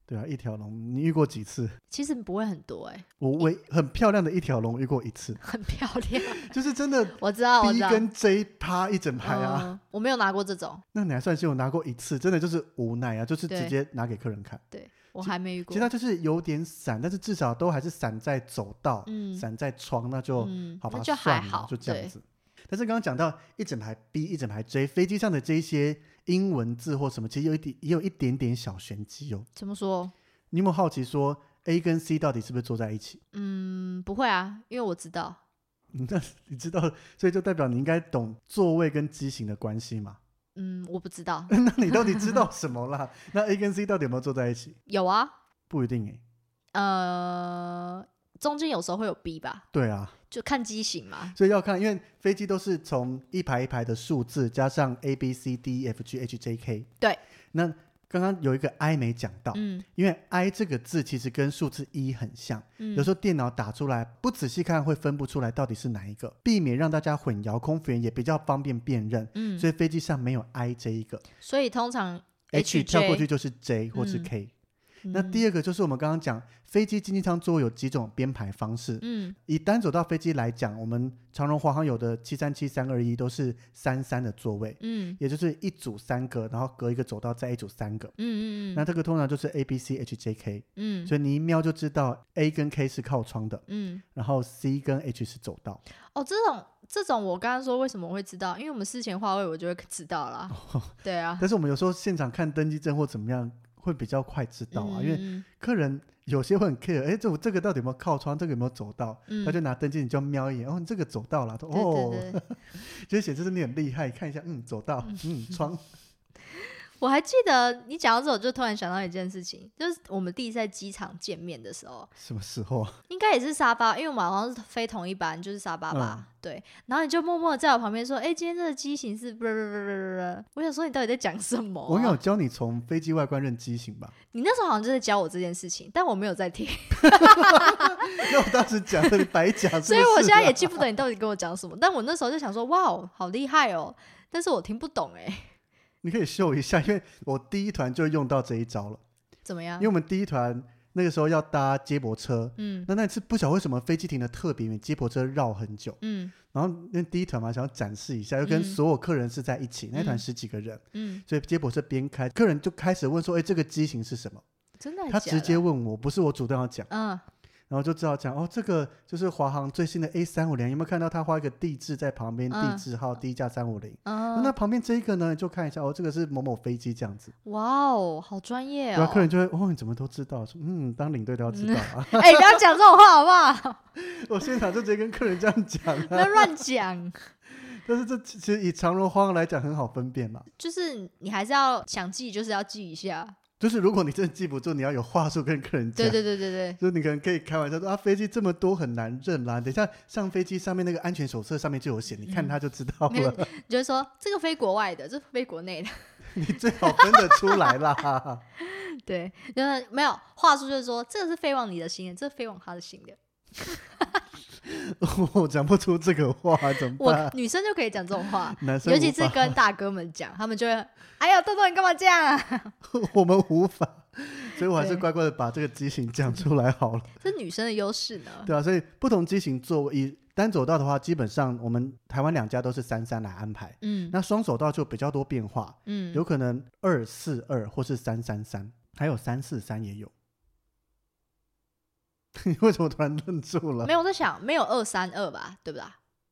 Speaker 2: 对啊，一条龙你遇过几次？
Speaker 1: 其实不会很多哎、
Speaker 2: 我唯很漂亮的一条龙遇过一次，
Speaker 1: *laughs* 很漂亮，
Speaker 2: *laughs* 就是真的
Speaker 1: 我知道，我
Speaker 2: B
Speaker 1: 知道。
Speaker 2: 跟 J 趴一整排啊。
Speaker 1: 嗯我没有拿过这种，
Speaker 2: 那你还算幸运，我拿过一次，真的就是无奈啊，就是直
Speaker 1: 对
Speaker 2: 接拿给客人看。
Speaker 1: 对我还没遇
Speaker 2: 其
Speaker 1: 过
Speaker 2: 实。它就是有点散，但是至少都还是散在走道，
Speaker 1: 嗯
Speaker 2: 散在窗，那就、
Speaker 1: 嗯，
Speaker 2: 好吧，
Speaker 1: 那就还
Speaker 2: 算了
Speaker 1: 好，
Speaker 2: 就这样
Speaker 1: 对
Speaker 2: 子。但是刚刚讲到一整排 B 一整排 J，飞机上的这一些英文字或什么，其实有一点也有一点点小玄机哦。
Speaker 1: 怎么说？
Speaker 2: 你有没有好奇说 A 跟 C 到底是不是坐在一起？ *laughs*
Speaker 1: 嗯，嗯，不会啊，因为我知道，
Speaker 2: 那你知道，所以就代表你应该懂座位跟机型的关系嘛？，
Speaker 1: 嗯，我不知道
Speaker 2: *laughs* 那你到底知道什么啦？ *laughs* 那 A 跟 C 到底有没有坐在一起？
Speaker 1: 有啊，
Speaker 2: 不一定欸诶、
Speaker 1: 呃，中间有时候会有 B 吧，
Speaker 2: 对啊，
Speaker 1: 就看机型嘛。
Speaker 2: 所以要看，因为飞机都是从一排一排的数字加上 A B C D E F G H J K。
Speaker 1: 对，
Speaker 2: 那刚刚有一个 I 没讲到，
Speaker 1: 嗯
Speaker 2: 因为 I 这个字其实跟数字一很像，
Speaker 1: 嗯，
Speaker 2: 有时候电脑打出来不仔细看会分不出来到底是哪一个，避免让大家混淆，空服员也比较方便辨认。
Speaker 1: 嗯，
Speaker 2: 所以飞机上没有 I 这一个
Speaker 1: 所以通常
Speaker 2: H
Speaker 1: HJ
Speaker 2: 跳过去就是 J 或是
Speaker 1: 嗯
Speaker 2: K。那
Speaker 1: 二，
Speaker 2: 第二个就是我们刚刚讲飞机经济舱座位有几种编排方式，
Speaker 1: 嗯
Speaker 2: 以单走道飞机来讲，我们长荣、华航有的七三七、三二一都是三三的座位，
Speaker 1: 嗯
Speaker 2: 也就是一组三个，然后隔一个走道再一组三个。
Speaker 1: 嗯嗯
Speaker 2: 那
Speaker 1: 嗯
Speaker 2: 这个通常就是 A、B、C、H、J、K，
Speaker 1: 嗯，
Speaker 2: 所以你一瞄就知道 A 跟 K 是靠窗的，
Speaker 1: 嗯，
Speaker 2: 然后 C 跟 H 是走道。
Speaker 1: 哦，这种这种我刚刚说为什么我会知道，因为我们事前话位我就会知道啦。
Speaker 2: 哦
Speaker 1: 对啊，
Speaker 2: 但是我们有时候现场看登机证或怎么样，会比较快知道
Speaker 1: 嗯
Speaker 2: 啊，因为
Speaker 1: 为
Speaker 2: 客人有些会很 care，哎，这我这个到底有没有靠窗，这个有没有走道？他
Speaker 1: 他
Speaker 2: 就拿登机，你就瞄一眼，哦，你这个走道了，哦，
Speaker 1: 嗯对对对，
Speaker 2: 就是显示是你很厉害，看一下，嗯，走道，嗯，窗，
Speaker 1: 我还记得你讲到这，我就突然想到一件事情，就是我们第一次在机场见面的时候，
Speaker 2: 什么时候啊？
Speaker 1: 应该也是沙巴，因为我们好像是飞同一班，就是沙巴
Speaker 2: 嗯
Speaker 1: 吧？对。然后你就默默地在我旁边说：“哎、今天这个机型是……”我想说你到底在讲什么
Speaker 2: 我
Speaker 1: 啊、
Speaker 2: 应该有教你从飞机外观认机型吧？ *laughs*
Speaker 1: 你那时候好像就在教我这件事情，但我没有在听，
Speaker 2: 那我当时讲的你白讲，是不
Speaker 1: 所以我
Speaker 2: 是
Speaker 1: 现
Speaker 2: 啊
Speaker 1: 在也记不得你到底跟我讲什么。但我那时候就想说：“哇哦，好厉害哦！”但是我听不懂哎、
Speaker 2: 你可以秀一下，因为我第一团就用到这一招了，
Speaker 1: 怎么样
Speaker 2: 因为？我们第一团那个时候要搭接驳车。
Speaker 1: 嗯
Speaker 2: 那那次不晓得为什么飞机停的特别远，接驳车绕很久。
Speaker 1: 嗯
Speaker 2: 然后因为第一团嘛，想要展示一下，又跟
Speaker 1: 嗯
Speaker 2: 所有客人是在一起，那一团
Speaker 1: 嗯
Speaker 2: 十几个人，
Speaker 1: 嗯，
Speaker 2: 所以接驳车边开，客人就开始问说：“哎、这个机型是什么？”
Speaker 1: 真的还
Speaker 2: 他
Speaker 1: 假
Speaker 2: 直接
Speaker 1: 的
Speaker 2: 问我，不是我主动要讲，
Speaker 1: 嗯
Speaker 2: 然后就知道讲哦，这个就是华航最新的 A 三五零，有没有看到他画一个地质在旁边，
Speaker 1: 嗯
Speaker 2: 地质号第一架三五零。
Speaker 1: 嗯，
Speaker 2: 那旁边这一个呢，就看一下哦，这个是某某飞机这样子，
Speaker 1: 哇哦，好专业
Speaker 2: 然
Speaker 1: 哦
Speaker 2: 后！客人就会哦，你怎么都知道？说嗯，当领队都要知道啊。
Speaker 1: 哎、不要讲这种话好不好？ *laughs*
Speaker 2: 我现场就直接跟客人这样讲
Speaker 1: 不
Speaker 2: 啊。
Speaker 1: 要乱讲。 *laughs*
Speaker 2: 但是这其其实以长荣、华航来讲，很好分辨嘛。
Speaker 1: 就是你还是要想记，就是要记一下。
Speaker 2: 就是如果你真的记不住，你要有话术跟客人讲。
Speaker 1: 对对对对对，
Speaker 2: 就是你可能可以开玩笑说啊，飞机这么多很难认啦。等一下上飞机上面那个安全手册上面就有写，你看它就知道
Speaker 1: 没
Speaker 2: 了。 *laughs*
Speaker 1: 有，你就会说这个飞国外的，这飞国内的，
Speaker 2: 你最好分得出来啦。嗯
Speaker 1: 对，就是没有话术，就是说这个是飞往你的心的，这个飞往他的心的。
Speaker 2: *laughs* 我讲不出这个话怎么 *laughs*
Speaker 1: 我
Speaker 2: 办？，
Speaker 1: 女生就可以讲这种话
Speaker 2: *laughs* 男生
Speaker 1: 尤其是
Speaker 2: 无法
Speaker 1: 跟大哥们讲，他们就会，哎呀，豆豆你干嘛这样啊？
Speaker 2: *laughs*
Speaker 1: *laughs*
Speaker 2: 我们无法，所以我还是
Speaker 1: 对
Speaker 2: 乖乖的把这个机型讲出来好了。
Speaker 1: 这是女生的优势呢。
Speaker 2: 对啊，所以不同机型座位以单走道的话，基本上我们台湾两家都是三三来安排。
Speaker 1: 嗯
Speaker 2: 那双手道就比较多变化，
Speaker 1: 嗯，
Speaker 2: 有可能二四二或是三三三，还有三四三也有。 *laughs* 你为什么突然愣住了
Speaker 1: 没？有我在想，没有二三二吧，对不对？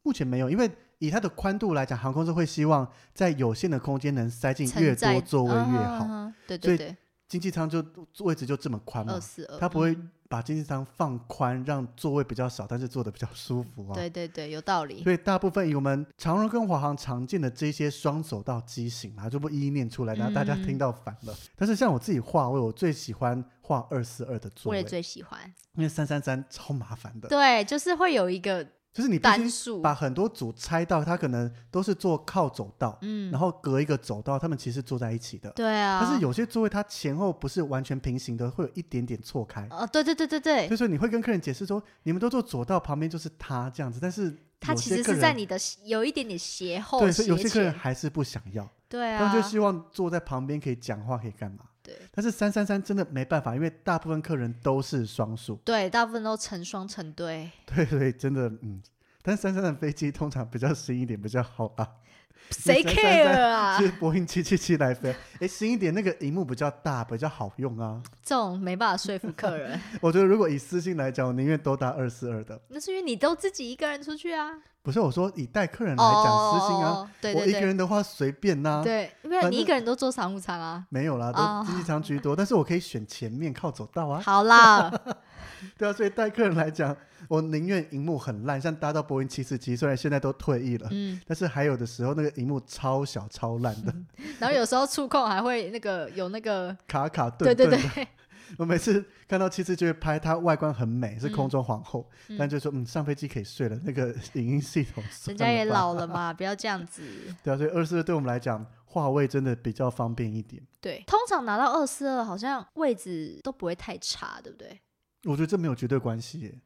Speaker 2: 目前没有，因为以它的宽度来讲，航空公司会希望在有限的空间能塞进
Speaker 1: 承
Speaker 2: 越
Speaker 1: 载
Speaker 2: 多座位越
Speaker 1: 啊
Speaker 2: 好。
Speaker 1: 对
Speaker 2: 所以
Speaker 1: 对对，
Speaker 2: 经济舱就位置就这么宽嘛
Speaker 1: 二，四二，
Speaker 2: 它不会
Speaker 1: 嗯
Speaker 2: 把经济舱放宽，让座位比较少，但是坐的比较舒服啊。
Speaker 1: 对对对，有道理。
Speaker 2: 所以大部分以我们长荣跟华航常见的这些双走道机型啊，就不一一念出来，然后大家
Speaker 1: 嗯
Speaker 2: 听到烦了。但是像我自己画位，我最喜欢画二四二的座
Speaker 1: 我
Speaker 2: 位
Speaker 1: 也，最喜欢，
Speaker 2: 因为三三三超麻烦的，
Speaker 1: 对，就是会有一个
Speaker 2: 就是你必
Speaker 1: 单
Speaker 2: 须
Speaker 1: 数，
Speaker 2: 把很多组拆到，它可能都是坐靠走道，
Speaker 1: 嗯，
Speaker 2: 然后隔一个走道，他们其实坐在一起的。
Speaker 1: 对啊，
Speaker 2: 但是有些座位它前后不是完全平行的，会有一点点错开。
Speaker 1: 哦，对对对对对，
Speaker 2: 就是你会跟客人解释说，你们都坐左道，旁边就是他这样子，但是
Speaker 1: 它
Speaker 2: 有
Speaker 1: 其
Speaker 2: 些
Speaker 1: 实
Speaker 2: 客
Speaker 1: 是在
Speaker 2: 人
Speaker 1: 你的有一点点斜后
Speaker 2: 对，所
Speaker 1: 斜
Speaker 2: 以有些客人
Speaker 1: 前
Speaker 2: 还是不想要，
Speaker 1: 对
Speaker 2: 他
Speaker 1: 啊，
Speaker 2: 们就希望坐在旁边可以讲话，可以干嘛？
Speaker 1: 对
Speaker 2: 但是三三三真的没办法，因为大部分客人都是双数，
Speaker 1: 对，大部分都成双成对，
Speaker 2: 对，所以真的嗯，但是三三的飞机通常比较新一点比较好啊，
Speaker 1: *laughs* 谁
Speaker 2: 三三
Speaker 1: care
Speaker 2: 三 *laughs*
Speaker 1: 啊？
Speaker 2: 是波音七七七来飞，哎，新一点那个荧幕比较大，比较好用啊。
Speaker 1: 这种没办法说服
Speaker 2: *laughs*
Speaker 1: 客人，
Speaker 2: 我觉得如果以私信来讲，我宁愿都搭二四二的，
Speaker 1: 那是因为你都自己一个人出去啊。
Speaker 2: 不是我说以带客人来讲私信啊，
Speaker 1: 哦，对
Speaker 2: 我一个
Speaker 1: 对
Speaker 2: 人的话随便呐、
Speaker 1: 对，对，因为
Speaker 2: 反
Speaker 1: 你一
Speaker 2: 正
Speaker 1: 个人都坐商务舱啊。
Speaker 2: 没有啦，
Speaker 1: 哦
Speaker 2: 都经济舱居多，但是我可以选前面靠走道啊。
Speaker 1: 好啦，
Speaker 2: *laughs* 对啊，所以带客人来讲，我宁愿荧幕很烂，像搭到波音七四七，虽然现在都退役了，
Speaker 1: 嗯，
Speaker 2: 但是还有的时候那个荧幕超小超烂的，
Speaker 1: 然后有时候触控还会那个有那个，
Speaker 2: 卡卡顿
Speaker 1: 对
Speaker 2: 顿
Speaker 1: 对
Speaker 2: 的。
Speaker 1: 对，
Speaker 2: *laughs* 我每次看到七四就会拍它外观很美，是空中皇后，
Speaker 1: 嗯
Speaker 2: 但就说嗯上飞机可以睡了，那个影音系统算
Speaker 1: *laughs* 人家也
Speaker 2: 了吧
Speaker 1: 老
Speaker 2: *laughs*
Speaker 1: 了嘛，不要这样子。
Speaker 2: 对啊，所以二四对我们来讲，话位真的比较方便一点。
Speaker 1: 对，通常拿到二四二，好像位置都不会太差，对不对？
Speaker 2: 我觉得这没有绝对关系耶，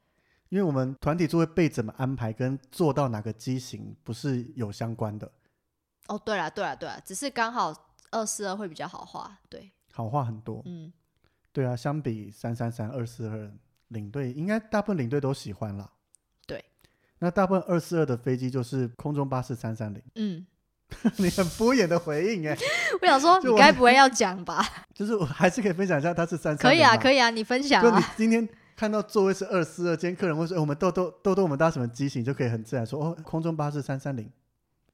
Speaker 2: 因为我们团体座位被怎么安排，跟坐到哪个机型不是有相关的。
Speaker 1: 哦，对啦，对啦，对啦，只是刚好二四二会比较好画。对，
Speaker 2: 好话很多，
Speaker 1: 嗯，
Speaker 2: 对啊，相比三三三二四二领队，应该大部分领队都喜欢啦。
Speaker 1: 对，
Speaker 2: 那大部分二四二的飞机就是空中巴士三三零， *laughs*
Speaker 1: 嗯，
Speaker 2: 你很敷衍的回应哎，
Speaker 1: 我想说，
Speaker 2: 就
Speaker 1: 你
Speaker 2: 我
Speaker 1: 该不会要讲吧？
Speaker 2: *laughs* 就是我还是可以分享一下它是三三
Speaker 1: 可以啊，可
Speaker 2: 以、
Speaker 1: 以啊，你分享
Speaker 2: 就你
Speaker 1: 啊。
Speaker 2: 今天看到座位是二四二，今天客人会说、哎我们豆豆豆豆我们搭什么机型，就可以很自然说哦空中巴士三三零。 *laughs*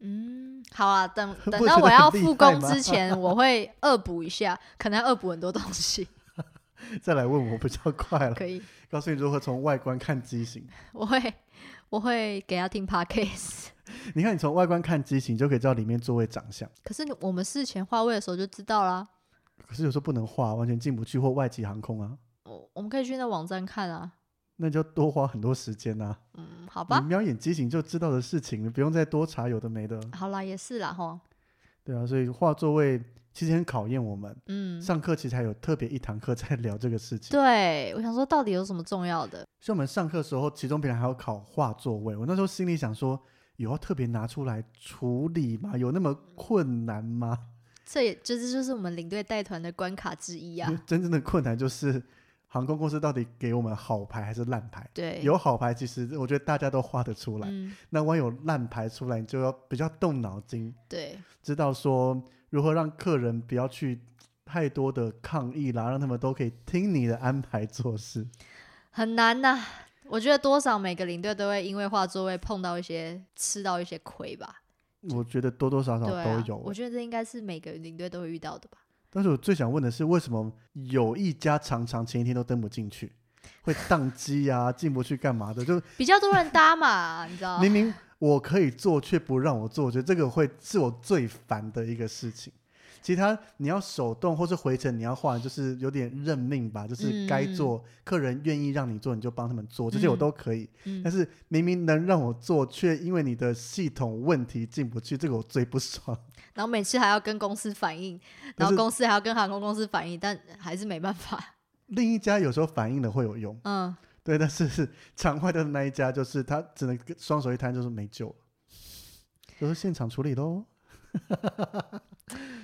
Speaker 1: 嗯，好啊，等等
Speaker 2: 我
Speaker 1: 到
Speaker 2: 觉得
Speaker 1: 我要
Speaker 2: 很厉
Speaker 1: 复
Speaker 2: 害
Speaker 1: 工
Speaker 2: 嘛
Speaker 1: 之
Speaker 2: *laughs*
Speaker 1: 前，我会恶补一下，可能要恶补很多东西。
Speaker 2: 再来问我比较快了，
Speaker 1: 可以，
Speaker 2: 告诉你如何从外观看机型。
Speaker 1: 我会我会给他听 podcast。 *laughs*
Speaker 2: 你看，你从外观看机型就可以知道里面座位长相，
Speaker 1: 可是你我们事前画位的时候就知道啦，
Speaker 2: 可是有时候不能画，完全进不去或外籍航空啊，
Speaker 1: 我我们可以去那网站看啊。
Speaker 2: 那就多花很多时间啊。
Speaker 1: 嗯，好吧
Speaker 2: 你，瞄眼机型就知道的事情，你不用再多查有的没的。
Speaker 1: 好啦，也是啦吼，
Speaker 2: 对啊，所以画座位其实很考验我们。
Speaker 1: 嗯，
Speaker 2: 上课其实还有特别一堂课在聊这个事情，
Speaker 1: 对，我想说到底有什么重要的？
Speaker 2: 所以我们上课的时候，其中别人还要考画座位，我那时候心里想说，有要特别拿出来处理吗？有那么困难吗？
Speaker 1: 这也这这就是我们领队带团的关卡之一
Speaker 2: 因为 *laughs*
Speaker 1: 啊。
Speaker 2: 真正的困难就是航空公司到底给我们好牌还是烂牌？
Speaker 1: 对，
Speaker 2: 有好牌，其实我觉得大家都画得出来。
Speaker 1: 嗯，
Speaker 2: 那万一有烂牌出来，你就要比较动脑筋，
Speaker 1: 对，
Speaker 2: 知道说如何让客人不要去太多的抗议啦，让他们都可以听你的安排做
Speaker 1: *laughs*
Speaker 2: 事。
Speaker 1: 很难呐、我觉得多少每个领队都会因为画座位碰到一些吃到一些亏吧，
Speaker 2: 我觉得多多少少
Speaker 1: 对啊
Speaker 2: 都，有欸、
Speaker 1: 我觉得这应该是每个领队都会遇到的吧。
Speaker 2: 但是我最想问的是，为什么有一家常常前一天都登不进去，会宕机啊，进不去干嘛的？就
Speaker 1: 比较多人搭嘛，你知道？
Speaker 2: 明明我可以做，却不让我做，我觉得这个会是我最烦的一个事情。其他你要手动或是回程，你要换，就是有点认命
Speaker 1: 嗯
Speaker 2: 吧，就是该做，客人愿意让你做，你就帮他们做，这些我
Speaker 1: 嗯
Speaker 2: 都可以。
Speaker 1: 嗯
Speaker 2: 但，是明明能让我做，却因为你的系统问题进不去，这个我最不爽。
Speaker 1: *laughs* 然后每次还要跟公司反映，然
Speaker 2: 但
Speaker 1: 后
Speaker 2: 是
Speaker 1: 公司还要跟航空公司反映，但还是没办法。
Speaker 2: 另一家有时候反应的会有用，
Speaker 1: 嗯，
Speaker 2: 对，但是 *laughs* 是常坏掉的那一家，就是他只能跟双手一摊，就是没救了，就是现场处理喽。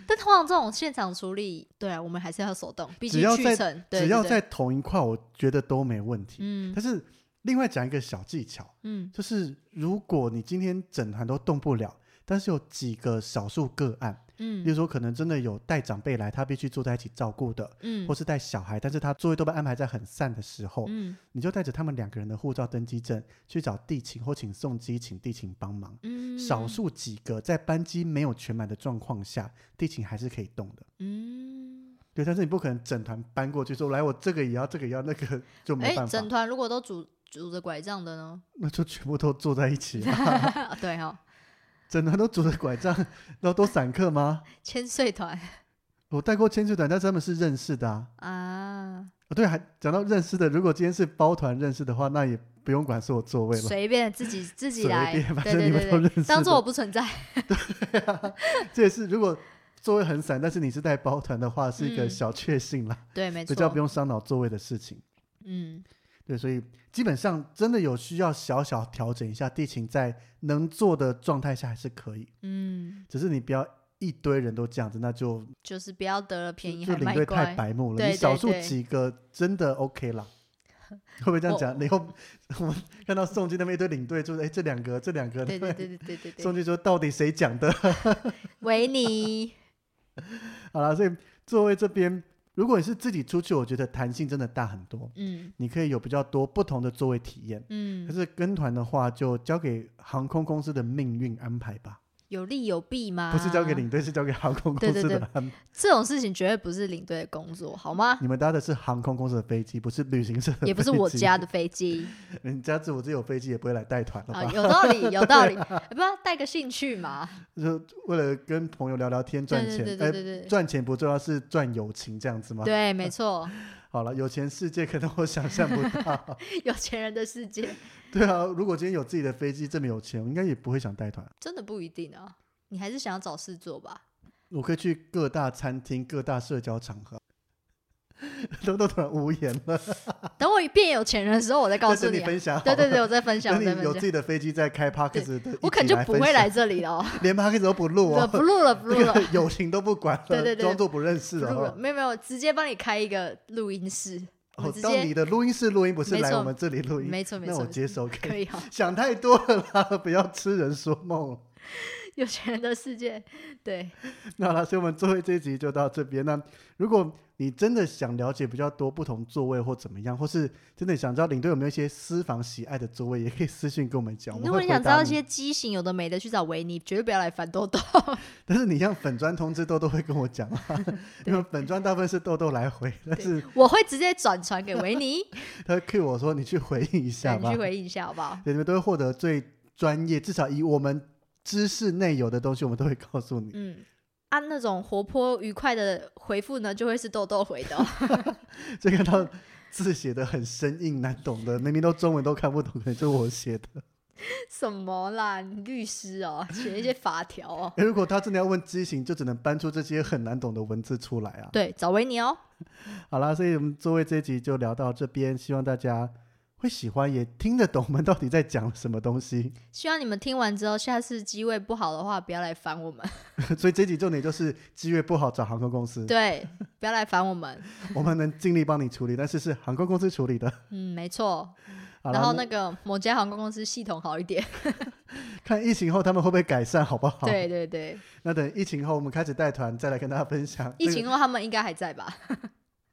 Speaker 1: 但通常这种现场处理，对啊，我们还是要手动，毕
Speaker 2: 只
Speaker 1: 竟
Speaker 2: 要
Speaker 1: 去
Speaker 2: 在
Speaker 1: 程，对
Speaker 2: 只要
Speaker 1: 对
Speaker 2: 在
Speaker 1: 对
Speaker 2: 同一块，我觉得都没问题。
Speaker 1: 嗯
Speaker 2: 但是另外讲一个小技巧，
Speaker 1: 嗯
Speaker 2: 就是如果你今天整团都动不了，但是有几个少数个案，比如
Speaker 1: 嗯
Speaker 2: 说可能真的有带长辈来，他必须坐在一起照顾的，
Speaker 1: 嗯
Speaker 2: 或是带小孩，但是他座位都被安排在很散的时候，
Speaker 1: 嗯
Speaker 2: 你就带着他们两个人的护照登机证去找地勤或请送机，请地勤帮忙。
Speaker 1: 嗯
Speaker 2: 少数几个在班机没有全满的状况下，地勤还是可以动的。
Speaker 1: 嗯，
Speaker 2: 对，但是你不可能整团搬过去说来，我这个也要，这个也要，那个 *laughs* 就没
Speaker 1: 哎、
Speaker 2: 办法，
Speaker 1: 整团如果都拄拄着拐杖的呢？
Speaker 2: 那就全部都坐在一起
Speaker 1: *laughs*
Speaker 2: 啊，
Speaker 1: 对哈、哦，
Speaker 2: 整团都拄着拐杖，然后都散客吗？
Speaker 1: 千岁团
Speaker 2: 我带过千岁团，但是他们是认识的啊。
Speaker 1: 啊，
Speaker 2: 哦、对，还讲到认识的，如果今天是包团认识的话，那也不用管是我座位了。
Speaker 1: 随便自
Speaker 2: *laughs*
Speaker 1: 己自己
Speaker 2: 随
Speaker 1: 来，
Speaker 2: 便反
Speaker 1: 对
Speaker 2: 正
Speaker 1: 对
Speaker 2: 你们
Speaker 1: 对
Speaker 2: 都
Speaker 1: 对
Speaker 2: 认识
Speaker 1: 当做
Speaker 2: 的
Speaker 1: 我不存在。 *laughs*
Speaker 2: 这也是如果座位很散，但是你是带包团的话，是一个
Speaker 1: 嗯
Speaker 2: 小确幸啦，
Speaker 1: 对，没
Speaker 2: 比较不
Speaker 1: 错，
Speaker 2: 用伤脑座位的事情。
Speaker 1: 嗯
Speaker 2: 对，所以基本上真的有需要小小调整一下地勤，在能做的状态下还是可以，
Speaker 1: 嗯，
Speaker 2: 只是你不要一堆人都这样子，那就
Speaker 1: 就是不要得了便宜
Speaker 2: 就
Speaker 1: 还
Speaker 2: 领
Speaker 1: 卖
Speaker 2: 队太
Speaker 1: 乖。
Speaker 2: 白目了。
Speaker 1: 对
Speaker 2: 你少
Speaker 1: 对
Speaker 2: 数
Speaker 1: 对
Speaker 2: 几个真的 OK
Speaker 1: *laughs*
Speaker 2: 啦，会不会这样
Speaker 1: 我
Speaker 2: 讲？你以后 *laughs* 我们看到宋军那边一堆领队，就是哎这两个这两个，
Speaker 1: 对对对对对对对，
Speaker 2: 宋军说到底谁讲的？ *laughs*
Speaker 1: 维尼，
Speaker 2: 好啦，所以座位这边，如果你是自己出去，我觉得弹性真的大很多，
Speaker 1: 嗯
Speaker 2: 你可以有比较多不同的座位体验。可
Speaker 1: 嗯，
Speaker 2: 是跟团的话，就交给航空公司的命运安排吧。
Speaker 1: 有利有弊吗？
Speaker 2: 不是交给领队，是交给航空公
Speaker 1: 啊对对
Speaker 2: 司的
Speaker 1: 对
Speaker 2: 安排。
Speaker 1: 这种事情，绝对不是领队的工作，好 *laughs* 吗？
Speaker 2: 你们搭的是航空公司的飞机，不是旅行社的飞机，
Speaker 1: 也不是我
Speaker 2: *laughs*
Speaker 1: 家的飞机
Speaker 2: 人家自我自己有飞机也不会来带团了
Speaker 1: 啊，
Speaker 2: 吧？
Speaker 1: 有道理，有
Speaker 2: *laughs*
Speaker 1: 道理，不要带个兴趣嘛。
Speaker 2: 就为了跟朋友聊聊天赚
Speaker 1: 对
Speaker 2: 钱
Speaker 1: 对对，
Speaker 2: 哎，
Speaker 1: 对对对，
Speaker 2: 赚钱不重要，是赚友情这样子吗？嗯
Speaker 1: 对，没错， *laughs*
Speaker 2: 好了，有钱世界可能我想象不到。
Speaker 1: 有钱人的世界
Speaker 2: 对啊，如果今天有自己的飞机，这么有钱，我应该也不会想带团。
Speaker 1: 真的不一定啊。你还是想要找事做吧？
Speaker 2: 我可以去各大餐厅、各大社交场合。 *laughs* 都都突然无言了，
Speaker 1: 等我变有钱人的时候，我再告
Speaker 2: 再
Speaker 1: 诉
Speaker 2: 等你
Speaker 1: 你啊。
Speaker 2: 分享好
Speaker 1: 对
Speaker 2: 了。
Speaker 1: 对对，我再分享，我
Speaker 2: 等
Speaker 1: 再
Speaker 2: 你有
Speaker 1: 分
Speaker 2: 自己
Speaker 1: 享。
Speaker 2: 的飞机在开 p a r k 的，
Speaker 1: 我可能就不会来，这里了
Speaker 2: *laughs*
Speaker 1: 哦，
Speaker 2: 连 p a r k 都不录
Speaker 1: 对 *laughs*
Speaker 2: 哦，
Speaker 1: 不录了，不录
Speaker 2: 这 *laughs*
Speaker 1: 了
Speaker 2: 个。友情都不管
Speaker 1: 对对
Speaker 2: 了，
Speaker 1: 对
Speaker 2: 装作不认识
Speaker 1: 不录了，
Speaker 2: 哦。
Speaker 1: 没有没有，直接帮你开一个录音室，我
Speaker 2: 哦
Speaker 1: 直，
Speaker 2: 到
Speaker 1: 接
Speaker 2: 你的录音室录音，不是
Speaker 1: 没
Speaker 2: 来
Speaker 1: 错
Speaker 2: 我们这里录音，
Speaker 1: 没错没
Speaker 2: 那
Speaker 1: 错
Speaker 2: 我
Speaker 1: 没
Speaker 2: 接受可
Speaker 1: 可
Speaker 2: 以。
Speaker 1: 以哦哈。
Speaker 2: 想太多了啦，不要痴人说梦了。
Speaker 1: 有钱人的世界，对，
Speaker 2: 那好了，所以我们座位这一集就到这边。那如果你真的想了解比较多不同座位或怎么样，或是真的想知道领队有没有一些私房喜爱的座位，也可以私信跟我们讲。我们
Speaker 1: 如果
Speaker 2: 会
Speaker 1: 你
Speaker 2: 回
Speaker 1: 想知
Speaker 2: 答
Speaker 1: 道一些畸形有的没的，去找维尼，绝对不要来反豆豆。
Speaker 2: 但是你像粉砖通知豆豆会跟我讲啊，因为粉砖大部分是豆豆来回，但是
Speaker 1: *laughs* 我会直接转传给
Speaker 2: *laughs*
Speaker 1: 维尼，
Speaker 2: 他 cue 我说你去回应一下
Speaker 1: 对你
Speaker 2: 吧
Speaker 1: 去，回应一下好不好？
Speaker 2: 对你们都会获得最专业，至少以我们知识内有的东西，我们都会告诉你。
Speaker 1: 嗯，按、那种活泼愉快的回复呢，就会是豆豆回的哦、 *laughs*
Speaker 2: 这看到字写的很生硬难懂的，明明都中文都看不懂，可能就是我写的。
Speaker 1: 什么啦？你律师哦，写一些法条哦。
Speaker 2: 诶如果他真的要问畸形，就只能搬出这些很难懂的文字出来啊。
Speaker 1: 对，找维尼哦。
Speaker 2: 好啦，所以我们座位这一集就聊到这边，希望大家会喜欢，也听得懂我们到底在讲什么东西。 *laughs*
Speaker 1: 希望你们听完之后，下次机位不好的话，不要来烦我们。 *laughs*
Speaker 2: 所以这集重点就是机会不好找航空公司，
Speaker 1: 对，不要来烦我们。
Speaker 2: 我们能尽力帮你处理，但是是航空公司处理的。
Speaker 1: 嗯，没错。
Speaker 2: 好啦
Speaker 1: 然后
Speaker 2: 那
Speaker 1: 那个某家航空公司系统好一点。 *laughs*
Speaker 2: 看疫情后他们会不会改善，好不好？
Speaker 1: 对对对，
Speaker 2: 那等疫情后我们开始带团再来跟大家分享。
Speaker 1: 疫
Speaker 2: 这个
Speaker 1: 情后他们应该还在吧？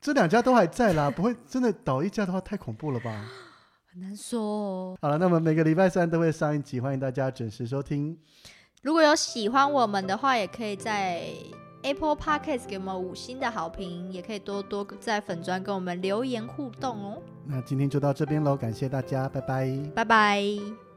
Speaker 2: 这两家都还在啦， *laughs* 不会真的倒一家的话太恐怖了吧？
Speaker 1: 很难说哦。
Speaker 2: 好了，那我们每个礼拜三都会上一集，欢迎大家准时收听。
Speaker 1: 如果有喜欢我们的话，也可以在 Apple Podcast 给我们五星的好评，也可以多多在粉砖跟我们留言互动哦。
Speaker 2: 那今天就到这边喽，感谢大家，拜拜。
Speaker 1: 拜拜。